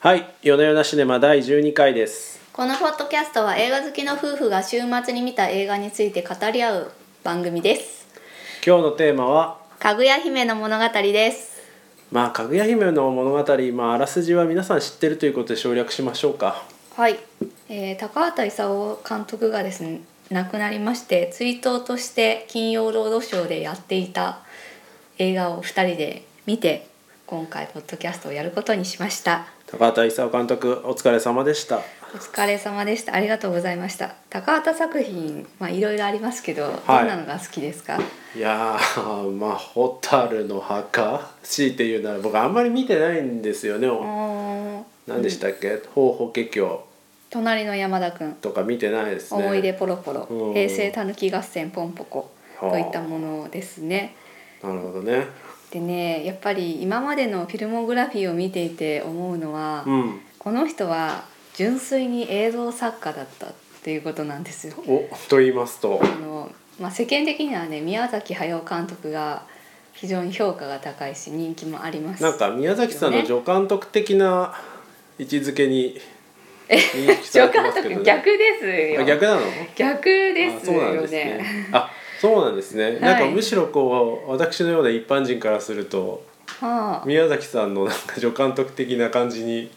はい夜な夜なシネマ第12回ですこのポッドキャストは映画好きの夫婦が週末に見た映画について語り合う番組です今日のテーマはかぐや姫の物語ですまあかぐや姫の物語、まあ、あらすじは皆さん知ってるということで省略しましょうかはい、えー高畑勲監督がですね亡くなりまして追悼として金曜ロードショーでやっていた映画を2人で見て今回ポッドキャストをやることにしました高畑勲監督お疲れ様でしたお疲れ様でしたありがとうございました高畑作品まあいろいろありますけど、どんなのが好きですかいやーまあ「蛍の墓」強いて言うなら僕あんまり見てないんですよね、うーん何でしたっけ「ほうほけきょ隣の山田君う」とか見てないですね思い出ポロポロ、うん平成たぬき合戦ポンポコといったものですね。なるほどねでねやっぱり今までのフィルモグラフィーを見ていて思うのは、うんこの人は純粋に映像作家だったっていうことなんですよ。おと言いますとあのまあ、世間的にはね宮崎駿監督が非常に評価が高いし人気もありま す。なんか宮崎さんのね助監督的な位置づけに認識され助てま監すけどね督逆ですよあ逆なの逆であすそうなんよですね。ねあそう なんですね、なんかはいむしろこう私のような一般人からするとはあ宮崎さんのなんか助監督的な感じに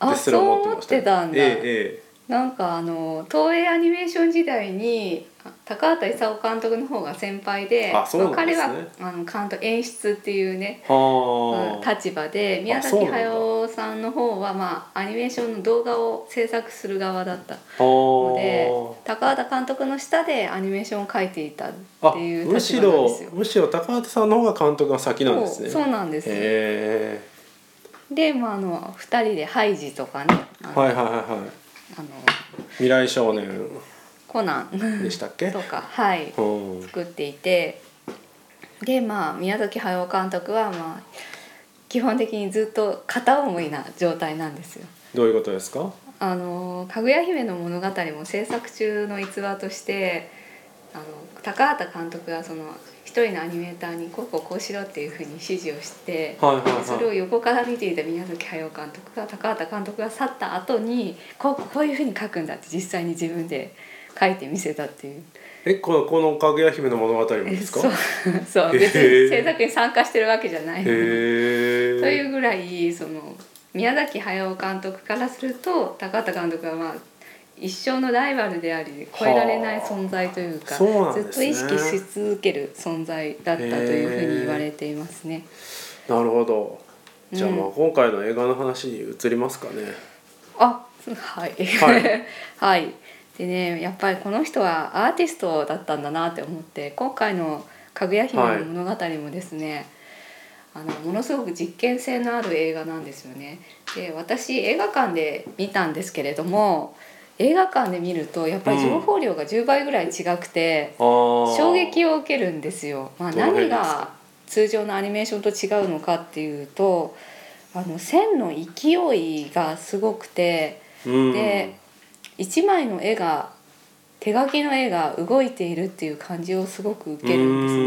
あですら思ってましたそう思ってたんだええなんかあの東映アニメーション時代にあ高畑勲監督の方が先輩であそうなんですねまあ彼はあの監督演出っていうねええはあ、立場で宮そう崎なんだ駿さんの方はまあアニメーションの動画を制作する側だったのでは高畑監督の下でアニメーションを描いていたっああていうむし立場なんろですよ。むしろ高畑さんの方が監督が先なんですねそうそうなんですよへで、まあ、あの2人で「ハイジ」とかねあえの、はいはいはいはいあの未来少年コナンでしたっけ、とかはいうん作っていてでまあ宮崎駿監督はまあ基本的にずっと片思いな状態なんですよ。どういうことですかあのかぐや姫の物語も制作中の逸話としてあの高畑監督がその一人のアニメーターにこうこうこうしろっていうふうに指示をして、はいはいそれはを横から見ていた宮崎駿監督が高畑監督が去った後にこうこういうふうに書くんだって実際に自分で書いてみせたっていういえこのこのかぐや姫の物語もですかそうそう 別へえに制作に参加してるわけじゃないへのにといえうぐらいその宮崎駿監督からすると高畑監督はまあ一生のライバルであり超えられない存在というかそうなんずっですとね意識し続ける存在だったというふうに言われていますね。なるほどじゃあまあうん今回の映画の話に移りますかね、あはい、は はいいでねやっぱりこの人はアーティストだったんだなって思って今回の「かぐや姫の物語」もですね、あのものすごく実験性のある映画なんですよね。で私映画館で見たんですけれども映画館で見るとやっぱり情報量が10倍ぐらい違くて、あー衝撃を受けるんですよ。まあ、どの辺何ですかが通常のアニメーションと違うのかっていうとあの線の勢いがすごくてうんで一枚の絵が手書きの絵が動いているっていう感じをすごく受けるんですうー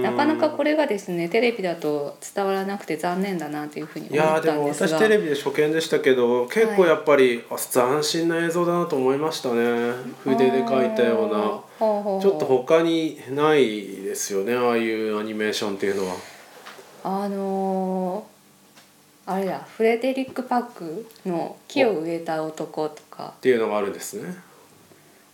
んね。なかなかこれがですねテレビだと伝わらなくて残念だなというふうにい思やっーでたんもですが私テレビで初見でしたけど結構やっぱり、あ斬新な映像だなと思いましたね筆で描いたようあーなほうほうほうちょっと他にないですよねああいうアニメーションっていうのはあのーあれだフレデリック・パックの「木を植えた男」とかっていうのがあるんですね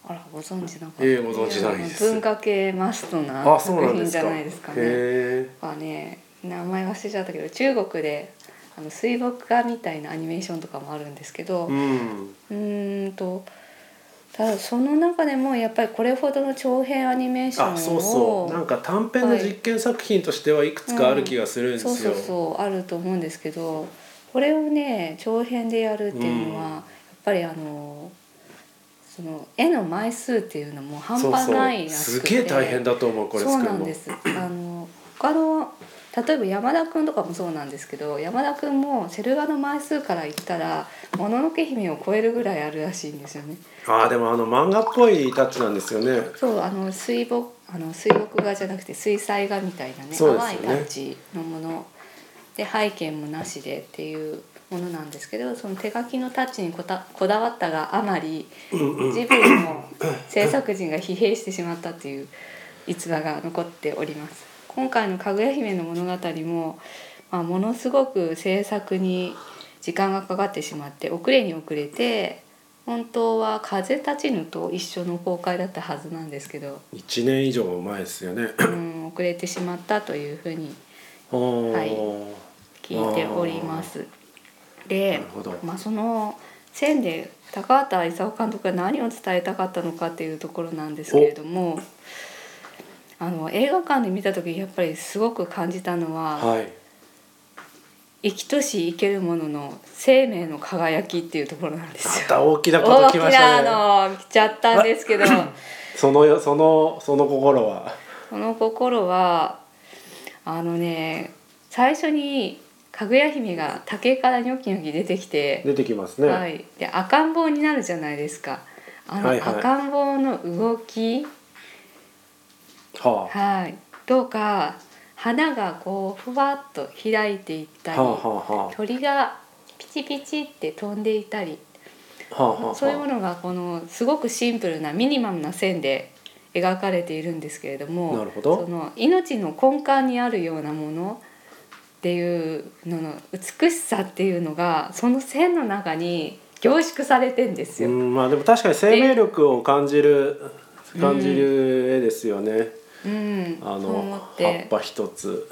あらご存知なかったええご存知ないですや文化系マストなあそう作なんで品すじかゃないですかね。へはね名前忘れちゃったけど中国であの水墨画みたいなアニメーションとかもあるんですけどーうんうーんとただその中でもやっぱりこれほどの長編アニメーションをあそうそうなんか短編の実験作品としてはいくつかある気がするんですそよ、うそうそうあると思うんですけどこれをね長編でやるっていうのは、うんやっぱりあのその絵の枚数っていうのも半そう端そうないらしすくてげえ大変だと思うこれそう作るなんのです。あの他の例えば山田君とかもそうなんですけど山田君もセル画の枚数から言ったら「もののけ姫」を超えるぐらいあるらしいんですよね。ああでもあの漫画っぽいタッチなんですよねそうあの水墨あの水墨画じゃなくて水彩画みたいなねそうです淡いよねタッチのもので背景もなしでっていうものなんですけどその手書きのタッチにこだこだわったがあまりうんうん自分の制作陣が疲弊してしまったという逸話が残っております今回の「かぐや姫の物語も」まあ、ものすごく制作に時間がかかってしまって遅れに遅れて本当は「風立ちぬ」と一緒の公開だったはずなんですけど、 1年以上前ですよね。うん、遅れてしまったというふうにはいい聞いております。なでる、ほど。まあ、その線で高畑勲監督が何を伝えたかったのかっていうところなんですけれどもあの映画館で見た時にやっぱりすごく感じたのは、はい。生きとし生けるものの生命の輝きっていうところなんですまよ。た大きなこと大ききましたね。なあの来ちゃったんですけど そのそのその心は。その心はあのね最初にかぐや姫が竹からニョキニョキ出てきて。出てきますね。はい、で赤ん坊になるじゃないですかあのはいはい赤ん坊の動き、はいはとか花がこうふわっと開いていっあ。たはり、あは鳥がピチピチって飛んでいたり、あはあ。はあはあ。そういうものがこのすごくシンプルなミニマムな線で描かれているんですけれどもなるほどその命の根幹にあるようなものっていうのの美しさっていうのがその線の中に凝縮されてんですうよ。んまあでも確かに生命力を感じる感じる絵ですよね。うん、あそう思のっ葉ってぱ一つ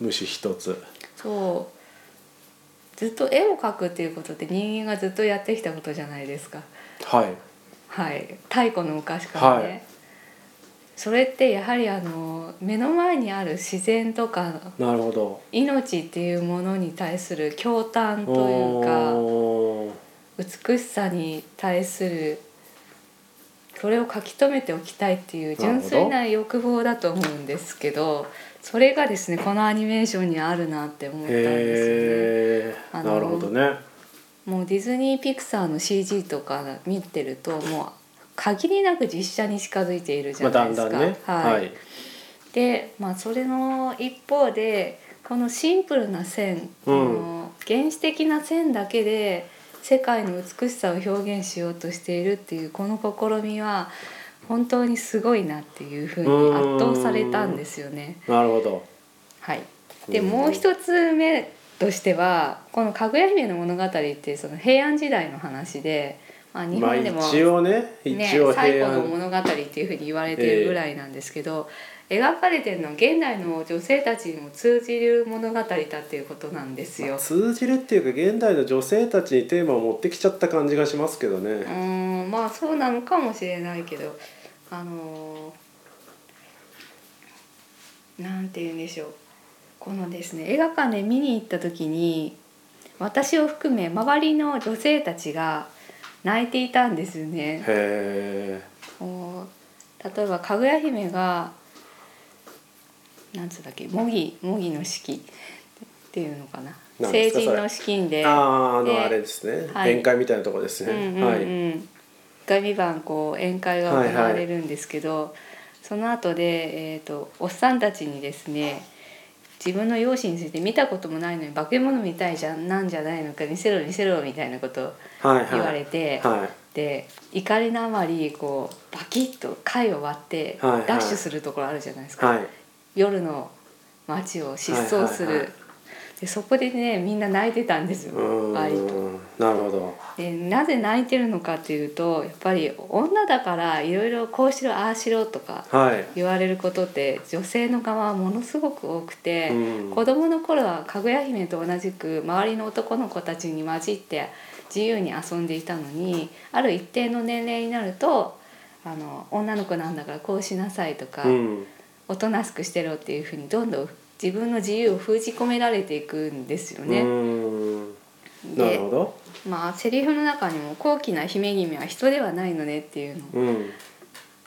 虫一つ。そうずっと絵を描くっていうことって人間がずっとやってきたことじゃないですか、はい。はい、太古の昔からね、はいそれってやはりあの目の前にある自然とかなるほど。命っていうものに対する驚嘆というかおー美しさに対するそれを書き留めておきたいっていう純粋な欲望だと思うんですけどそれがですねこのアニメーションにあるなって思ったんですよね。へえ。あのなるほどね。もうディズニーピクサーの CG とか見てるともう限りなく実写に近づいているじまゃあだないでんすだか。んね。はい。で、まあ、それの一方でこのシンプルなう線、んこの原始的な線だけで世界の美しさを表現しようとしているっていうこの試みは本当にすごいなっていうふうに圧倒されたんですよね。なるほど。はい、でうんもう一つ目としてはこの「かぐや姫の物語」ってその平安時代の話で、まあ、日まあ本でも、一応ね、ね一応最平後の安。物語っていうふうに言われてるぐらいなんですけど、描かれてるのは現代の女性たちにも通じる物語だっていうことなんですよ。通じるっていうか現代の女性たちにテーマを持ってきちゃった感じがしますけどうね。ーんまあそうなのかもしれないけどあのーなんて言うんでしょうこのですね映画館で見に行った時に私を含め周りの女性たちが泣いていたんですよね。へこう例えばかぐや姫がなんつうんだっけ模擬模擬の式っていうのかな何で成すか人の資金え。で、あああでのあれですね。はい宴会みたいなとこですうんうんうね。んはい。が毎晩こう宴会が行われるんですけど、その後で、えー、とおっさんたちにですね自分の容姿について見たこともないのに化け物みたいじゃんなんじゃないのか見せろ見せろみたいなことをはいはい。言われて、はい。で怒りのあまりこうバキッと貝を割ってはいはいダッシュするところあるじゃないですか、はい。夜の街を疾走する、はいはいはでそこでねみんな泣いてたんですようーん割と。なるほど。でなぜ泣いてるのかっていうとやっぱり女だからいろいろこうしろああしろとかはい。言われることって女性の側はものすごく多くて、うん子供の頃はかぐや姫と同じく周りの男の子たちに混じって自由に遊んでいたのにある一定の年齢になるとあの女の子なんだからこうしなさいとか、うん。おとなしくしてろっていうふうにどんどん自分の自由を封じ込められていくんですようね。ーんなるでほど。まあセリフの中にも「高貴な姫君は人ではないのね」っていうのうん。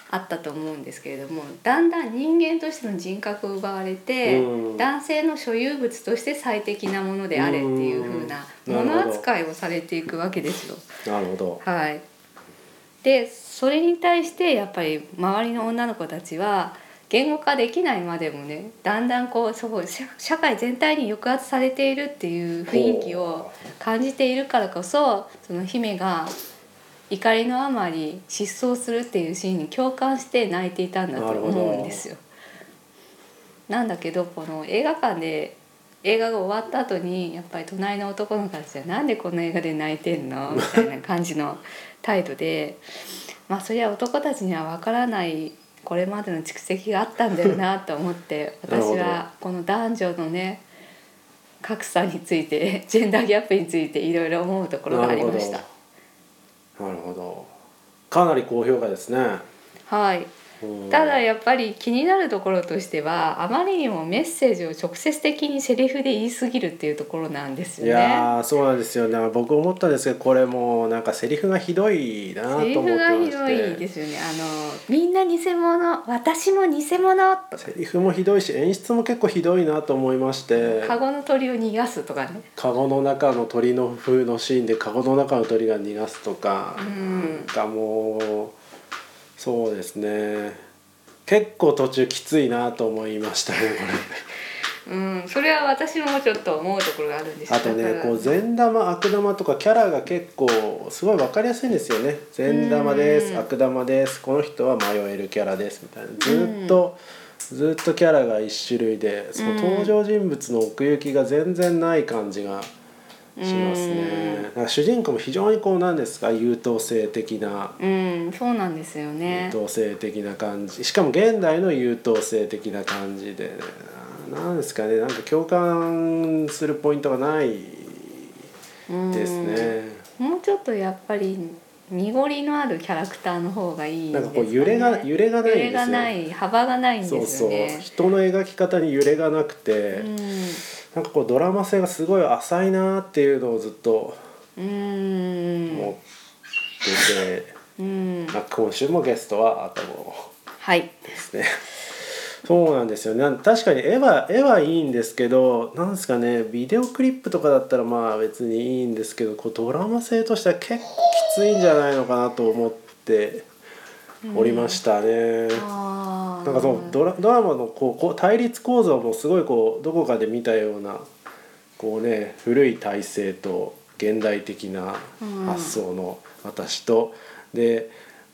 あったと思うんですけれどもだんだん人間としての人格を奪われて、うん男性の所有物として最適なものであれっていう風なうんもなるほのど扱いをされていくわけですよ。なるほど。はい、でそれに対してやっぱり周りの女の子たちは言語化できないまでもねだんだんこうすごい社社会全体に抑圧されているっていう雰囲気を感じているからこそその姫が怒りのあまり失踪するっていうシーンに共感して泣いていたんだと思うんですよ。なんだけどこの映画館で映画が終わった後にやっぱり隣の男の子たちは「なんでこの映画で泣いて んの?」みたいな感じの態度でまあそりゃ男たちには分からないこれまでの蓄積があったんだよなと思って なる私ほどはこの男女のね格差についてジェンダーギャップについていろいろ思うところがありました。なるほどかなり高評価ですねはいうんただやっぱり気になるところとしてはあまりにもメッセージを直接的にセリフで言い過ぎるっていうところなんですいよね。やーそうなんですよね僕思ったんですけどこれもうなんかセリフがひどいなと思っセてリまフがしひてどいですよね。あのみんな偽物、私も偽物とかセリフもひどいし演出も結構ひどいなと思いましてカゴの鳥を逃がすとかね。カゴの中の鳥の風のシーンでカゴの中の鳥が逃がすとか、うんなんかもうそうですね結構途中きついなと思いましたねこうん、それは私もちょっと思うところがあるんですれあとだかねらこう善玉悪玉とかキャラが結構すごい分かりやすいんですよね善玉ですうん悪玉ですこの人は迷えるキャラですみたいなずっと、ずっとキャラが一種類でその登場人物の奥行きが全然ない感じがしますね。だから主人公も非常にこうなんですか優等生的な、うん、そうなんですよね優。等生的な感じしかも現代の優等生的な感じでなんですかねなんか共感するポイントがないうんですね。もうちょっとやっぱり濁りのあるキャラクターの方がいいんなでんすかか、ね、こう揺れが揺れがないんですよ揺れがない幅がないんそうですそようね人の描き方に揺れがなくて、なんかこうドラマ性がすごい浅いなっていうのをずっとうんうん思ってて、うんまあ今週もゲストはあともはいですね。 そうなんですよね。なん確かに絵は絵はいいんですけど、なんですかね、ビデオクリップとかだったらまあ別にいいんですけど、こうドラマ性としては結構きついんじゃないのかなと思っておりましたね。あーなんかそのドラドラマのこうこう対立構造もすごいこうどこかで見たようなこうね古い体制と現代的な発想の私と、で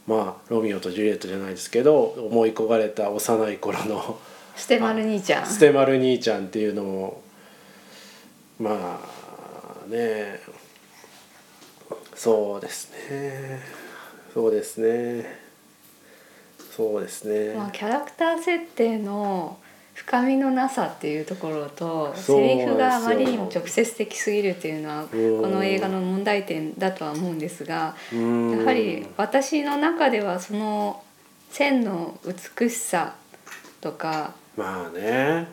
まあロミオとジュリエットじゃないですけど思い焦がれた幼い頃のステマル兄ちゃんステマル兄ちゃんっていうのもまあねそうですねそうですねそうですね。まあ、キャラクター設定の深みのなさっていうところとそうなんですよセリフがあまりにも直接的すぎるっていうのはこんの映画の問題点だとは思うんですがうーんやはり私の中ではその線の美しさとかまあね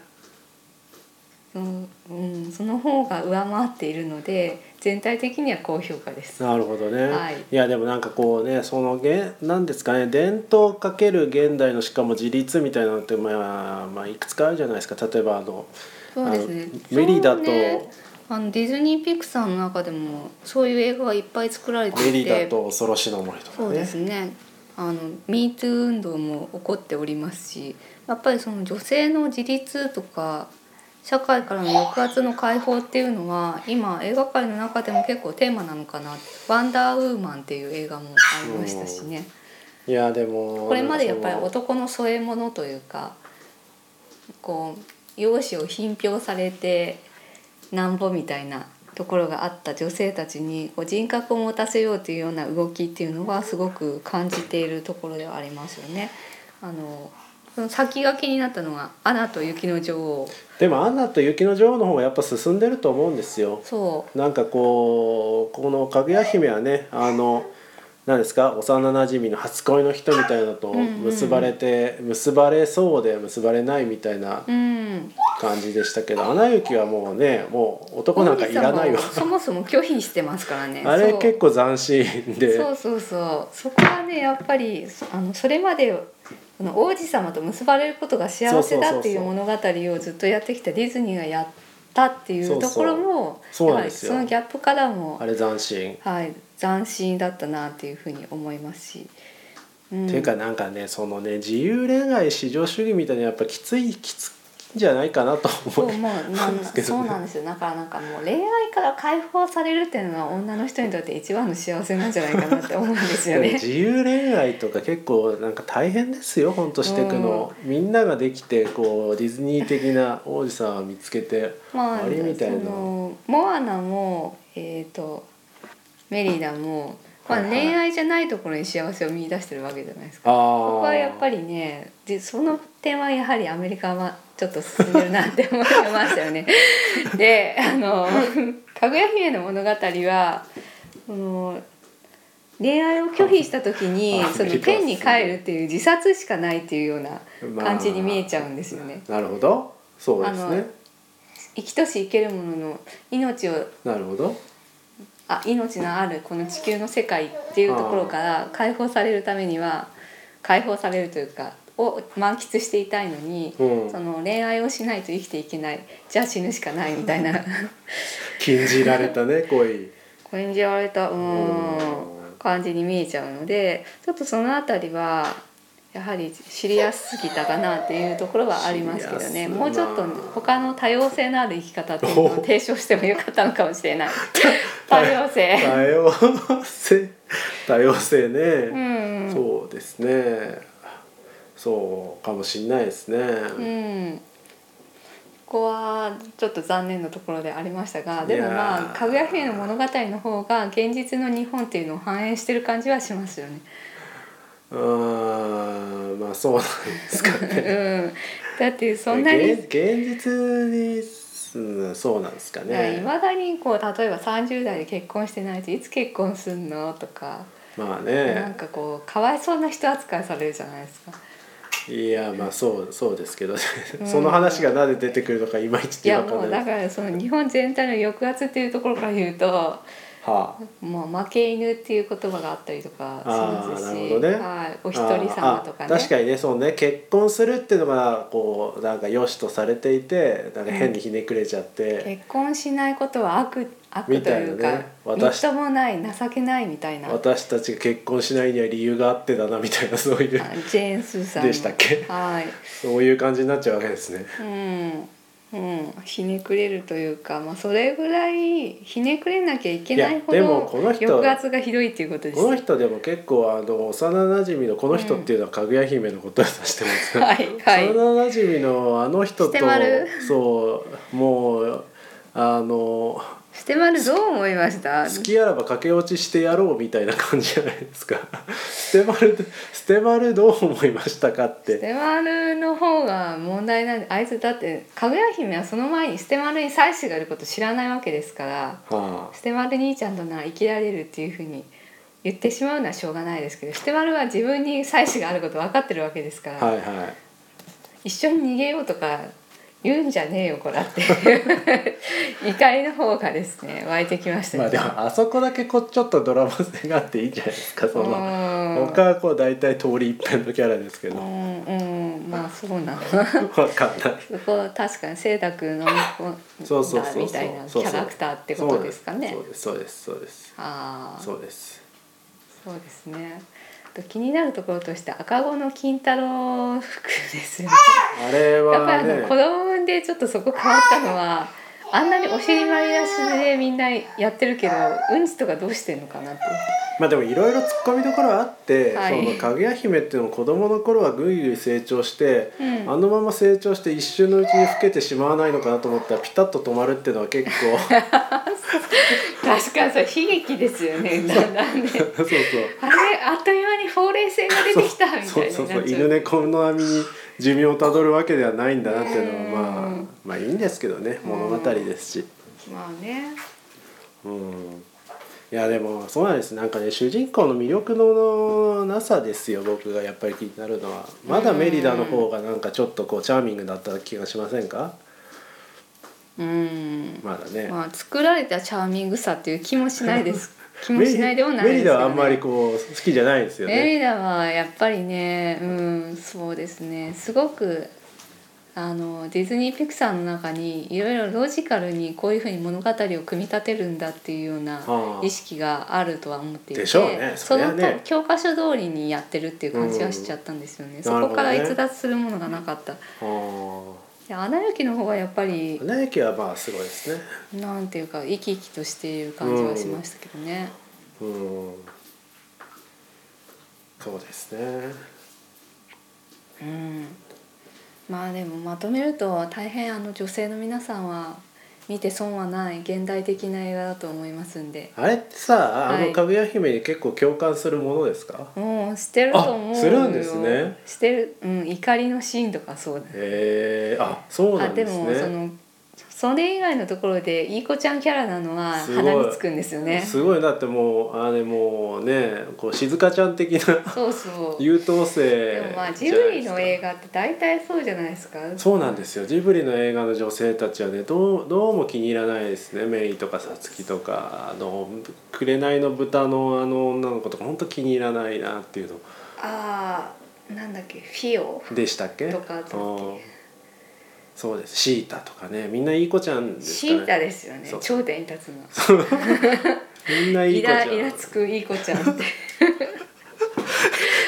その,、うん、その方が上回っているので全体的には高評価です。なるほどね、はいやでもなんかこうねそのげなんですかね伝統かける現代のしかも自立みたいなのって、まあ、まあいくつかあるじゃないですか例えばあのそうですねあのメリだとそうねあのディズニーピクサーの中でもそういう映画がいっぱい作られていてメリだと恐ろしの森とかそうねですね。あの MeToo 運動も起こっておりますしやっぱりその女性の自立とか社会からの抑圧の解放っていうのは今映画界の中でも結構テーマなのかな「ワンダーウーマン」っていう映画もありましたしねいやでもこれまでやっぱりなんかその男の添え物というかこう容姿を品評されてなんぼみたいなところがあった女性たちにこう人格を持たせようというような動きっていうのはすごく感じているところではありますよね。あのその先が気になったのが「アナと雪の女王でもアンナと雪の女王の方がやっぱ進んでると思うんですよ」そうなんかこうこのかぐや姫はねあの何ですか幼なじみの初恋の人みたいなのとうんうんうん結ばれて、結ばれそうで結ばれないみたいなうん、感じでしたけど「アナ雪」はもうねもう男なんかいらないわ王子様をそもそも拒否してますからねあれそう結構斬新でそうそうそうそこはねやっぱりあのそれまでこの王子様と結ばれることが幸せだっていうそうそう物語をずっとやってきたディズニーがやったっていそううそとうころもそうやなんはでりすよそのギャップからもあれ斬新はい、斬新だったなっていうふうに思いますし、うんっていうかなんかねそのね自由恋愛至上主義みたいなやっぱきついきついんじゃないかなとそ 思ういもうなんですけどねそうなんですよだからなんかもう恋愛から解放されるっていうのは女の人にとって一番の幸せなんじゃないかなって思うんです よね。自由恋愛とか結構なんか大変ですよほんとしていくの、みんなができてこうディズニー的な王子さんを見つけてまああれみたいなそのモアナもえっ、とメリーダも、まあ、はいはい恋愛じゃないところに幸せを見出してるわけじゃないですか。あここはやっぱりりねでその点はやはりアメリカはちょっと進んでるなって思いました よね。であの「かぐや姫の物語は」その恋愛を拒否した時にあそアのメリカは天に帰るっていう自殺しかないっていうような感じに見えちゃうんですよね。なるほどそうですね生きとし生けるものの命をなるほどあ命のあるこの地球の世界っていうところから解放されるためには解放されるというかを満喫していたいのに、うんその恋愛をしないと生きていけないじゃあ死ぬしかないみたいな禁じられた ね恋感じられたううーんん感じに見えちゃうのでちょっとそのあたりはやはり知りやすすぎたかなっていうところはありますけど知りやねすいなもうちょっと他の多様性のある生き方っていうのを提唱してもよかったのかもしれ ない多様性。多様性多様性ね、うんうんそうですねそうかもしんないですね、うんここはちょっと残念なところでありましたがでもいやまあーかぐや姫の物語の方が現実の日本っていうのを反映してる感じはしますよね。うーんまあそうなんですかねうん、だって そんなに現現実に、うん、そうなんですかいねまだにこう例えば30代で結婚してないといつ結婚すんのとか、まあなんねかこうかわいそうな人扱いされるじゃないですか。いやまあそうそうですけど、ねうんその話がなぜ出てくるのかいまいちいやわかもんうなだいでからその日本全体の抑圧っていうところから言うとすはあもう負け犬っていう言葉があったりとかしますあーなるし、ほどねはい、お一人様とかああね。確かにねそうね結婚するっていうのがこうなんか良しとされていてなんか変にひねくれちゃって、結婚しないことは悪悪とみたいいなうか、ねみっ私ともない情けないみたいな。あ私たちが結婚しないには理由があってだなみたいなそういうジェーンスーさんのでしたっけはい。そういう感じになっちゃうわけですね。うん。うん、ひねくれるというか、まあ、それぐらいひねくれなきゃいけないほいやでどもこの人抑圧がひどいっていうことですこの人でも結構あの幼馴染みのこの人っていうのはかぐや姫のことを指してます、ねはいはい幼馴染みのあの人としてまるそうもうあのしてまるどう思いました好きあらば駆け落ちしてやろうみたいな感じじゃないですか ステマルステマルどう思いましたかっスてテマルの方が問題なんであいつだってかぐや姫はその前にステマルに妻子がいること知らないわけですからはあステマル兄ちゃんとなら生きられるっていうふうに言ってしまうのはしょうがないですけどステマルは自分に妻子があること分かってるわけですから、はいはい一緒に逃げようとか言うんじゃねえよこらっていう 怒りの方がですね湧いてきましたまあねで。もあそこだけこうちょっとドラマ性があっていいんじゃないですかそのうん他はこう大体通り一遍のキャラですけうどんうんまあそうなのわかんないそこは確かに清太君のそうそうそうそうみたいなキャラクターってことですかねそうですそうですそうですああそうですそうですね。あと気になるところとして赤子の金太郎服ですよね。あれやっぱりはあねの子供産んでちょっとそこ変わったのはあんなにお尻丸出しでみんなやってるけどうんちとかどうしてんのかなって。まあでもいろいろ突っ込みどころはあって、はいそのかぐや姫っていうのも子供の頃はぐいぐい成長して、うんあのまま成長して一瞬のうちに老けてしまわないのかなと思ったらピタッと止まるっていうのは結 構確かにそれ悲劇ですよね。だんだんね。そうそうあれあっという間にほうれい線が出てきたみそたういになっちゃそうそう。う犬猫の網に寿命をたどるわけではないんだなっていうのはまあうんまあいいんですけどね物語ですし。まあね。うんいやでもそうなんですなんかね主人公の魅力のなさですよ僕がやっぱり気になるのはまだメリダの方がなんかちょっとこうチャーミングだった気がしませんかうん。まだね、 まあ作られたチャーミングさっていう気もしな いです。気もメリしないでもないでメリすよね。ダはあんまりこう好きじゃないですよメねリダはやっぱりねうんそうですねすごくあのディズニー・ピクサーの中にいろいろロジカルにこういうふうに物語を組み立てるんだっていうようなはあ意識があるとは思っていてでしょうねそそりゃのね教科書通りにやってるっていう感じはしちゃったんですよね、んそこかならるほどね逸脱するものがなかった。あでアナ雪の方がやっぱりあ。ナイキはまあすごいですね。なんていうか生き生きとしている感じはしましたけどね。うん。そうですね。うんまあでもまとめると大変あの女性の皆さんは見て損はない現代的な映画だと思いますんで。あれってさ、あはのいかぐや姫に結構共感するものですか。もうしてると思うあよ。するんですね。してる、うん、怒りのシーンとかそうだね。へえあ、そうなあんでですもそね。のそれ以外のところでいい子ちゃんキャラなのはすごい鼻につくんですよね。すごいだってもうあれもうねこう静香ちゃん的 なそうそう。優等で生もまあじジゃなブいでリすかの映画って大体そうじゃないですか。そうなんですよジブリの映画の女性たちはねどうどうも気に入らないですねメイとかサツキとかあの「紅の豚」のあの女の子とか本当気に入らないなっていうのああなんだっけフィオでしたっけとかだっけうんそうですシータとかねみんないい子ちゃんですシーかタねですよねそう頂点に立つのみんないいイ子ちゃラんイラつくいい子ちゃん って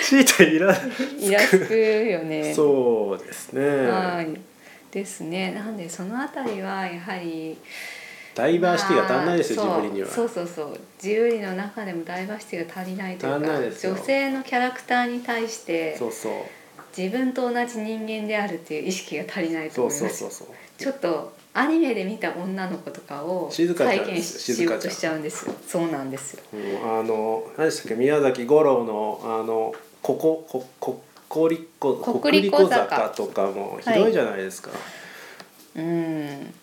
シータいらイラつくよねそうですはねいですねなんでそのあたりはやはりダイバーシティが足んないですよまあジブリにはそうそうそうそうジブリの中でもダイバーシティが足りないという足かんないですよ女性のキャラクターに対してそうそう自分と同じ人間であるっていう意識が足りないとそう思いそうまそうすそうちょっとアニメで見た女の子とかを静香ちゃん再現し静し香ちゃんようとしちゃうんですよそうなんですようんあの何でしたっけ宮崎五郎のあのこここここりこ国立小坂坂とかもひどいじゃないですか、うん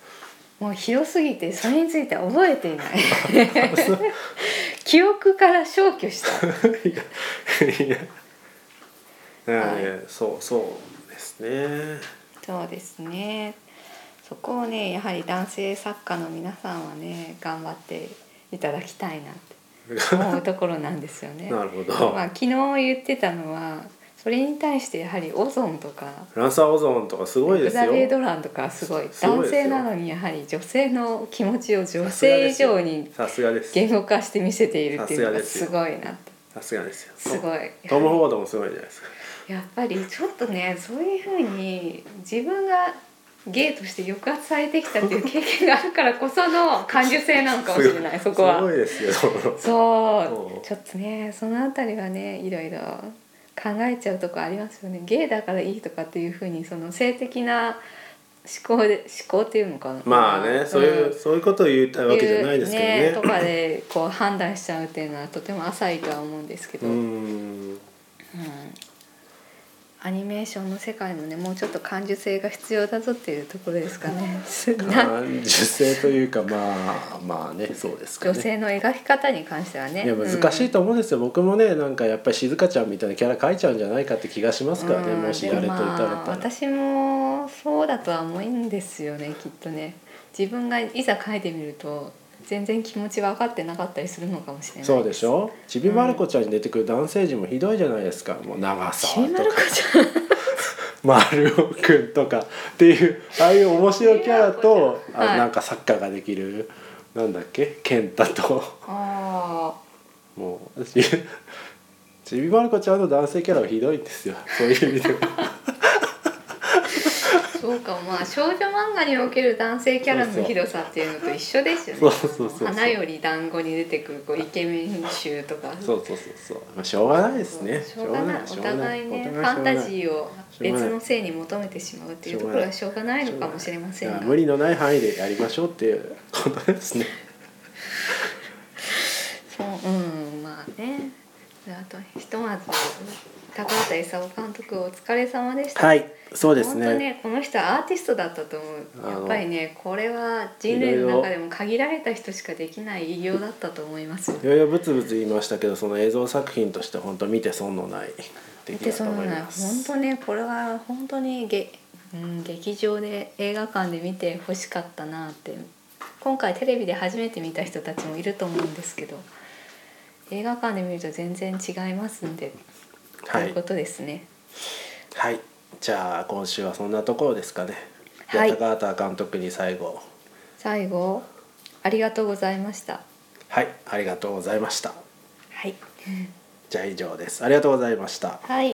もう広すぎてそれについて覚え ていない記憶から消去した い、やいやなんで、はそうそうですね そうですねそこをねやはり男性作家の皆さんはね頑張っていただきたいなって思うところ なんですよね。なるほど、まあ、昨日言ってたのはそれに対してやはりオゾンとかランサーオゾーンとかすごいエでクすザベーよドランとかすごいすごい男ですよ性なのにやはり女性の気持ちを女性以上にさすがですよ言語化して見せているっていうのがすごいなってさすがですよすごいトム・フォードもすごいじゃないですかやっぱりちょっとねそういうふうに自分がゲイとして抑圧されてきたっていう経験があるからこその感受性なのかもしれないそこすごはいですよ そううんちょっとねそのあたりはねいろいろ考えちゃうとこありますよねゲイだからいいとかっていうふうにその性的な思考で思考っていうのかなまあねそういう、んそういうことを言いたいわけじゃないですけどねいうとかでこう判断しちゃうっていうのはとても浅いとは思うんですけど、うんうんアニメーションの世界もねもうちょっと感受性が必要だぞっていうところですかねな感受性というかまあまあねそうですか女ね。性の描き方に関してはねいや難しいでと思うんですよ、僕もねなんかやっぱり静香ちゃんみたいなキャラ描いちゃうんじゃないかって気がしますからね、もしやれと言ったらまあ、私もそうだとは思うんですよねきっとね自分がいざ描いてみると全然気持ち分かってなかったりするのかもしれないそうでしょちびまる子ちゃんに出てくる男性陣もひどいじゃないですか、もう長澤とか丸尾くんとかっていうああいう面白いキャラと、 ちびまる子ちゃんはあいなんかサッカーができるなんだっけ健太とあもうちちびまる子ちゃんの男性キャラはひどいんですよそういう意味では。あそうかまあ少女漫画における男性キャラのひどさっていうのと一緒ですよねそうそうそうそう花より団子に出てくるこうイケメン集とかそうそうそうそう、まあ、しょうがないですね。しょうがないお互いねファンタジーを別の性に求めてしまうっていうところはしょうがないのかもしれませんいがや無理のない範囲でやりましょうっていうことですね。そううんまあねであとひとまず高畑勲監督お疲れ様でした、はい、そうです本当ね。ねこの人はアーティストだったと思あのうやっぱりねこれは人類の中でも限られた人しかできない偉業だったと思いますいろいろブツブツ言いましたけど、その映像作品として本当見て損のない出見来てだとそうな思いのよます。本当ねこれは本当にげ、うん、劇場で映画館で見てほしかったなって今回テレビで初めて見た人たちもいると思うんですけど映画館で見ると全然違いますんで、はといういこ、とですねはい、じゃあ今週はそんなところですかね、じゃはあい高畑監督に最後最後ありがとうございましたはいありがとうございましたはいじゃあ以上ですありがとうございましたはい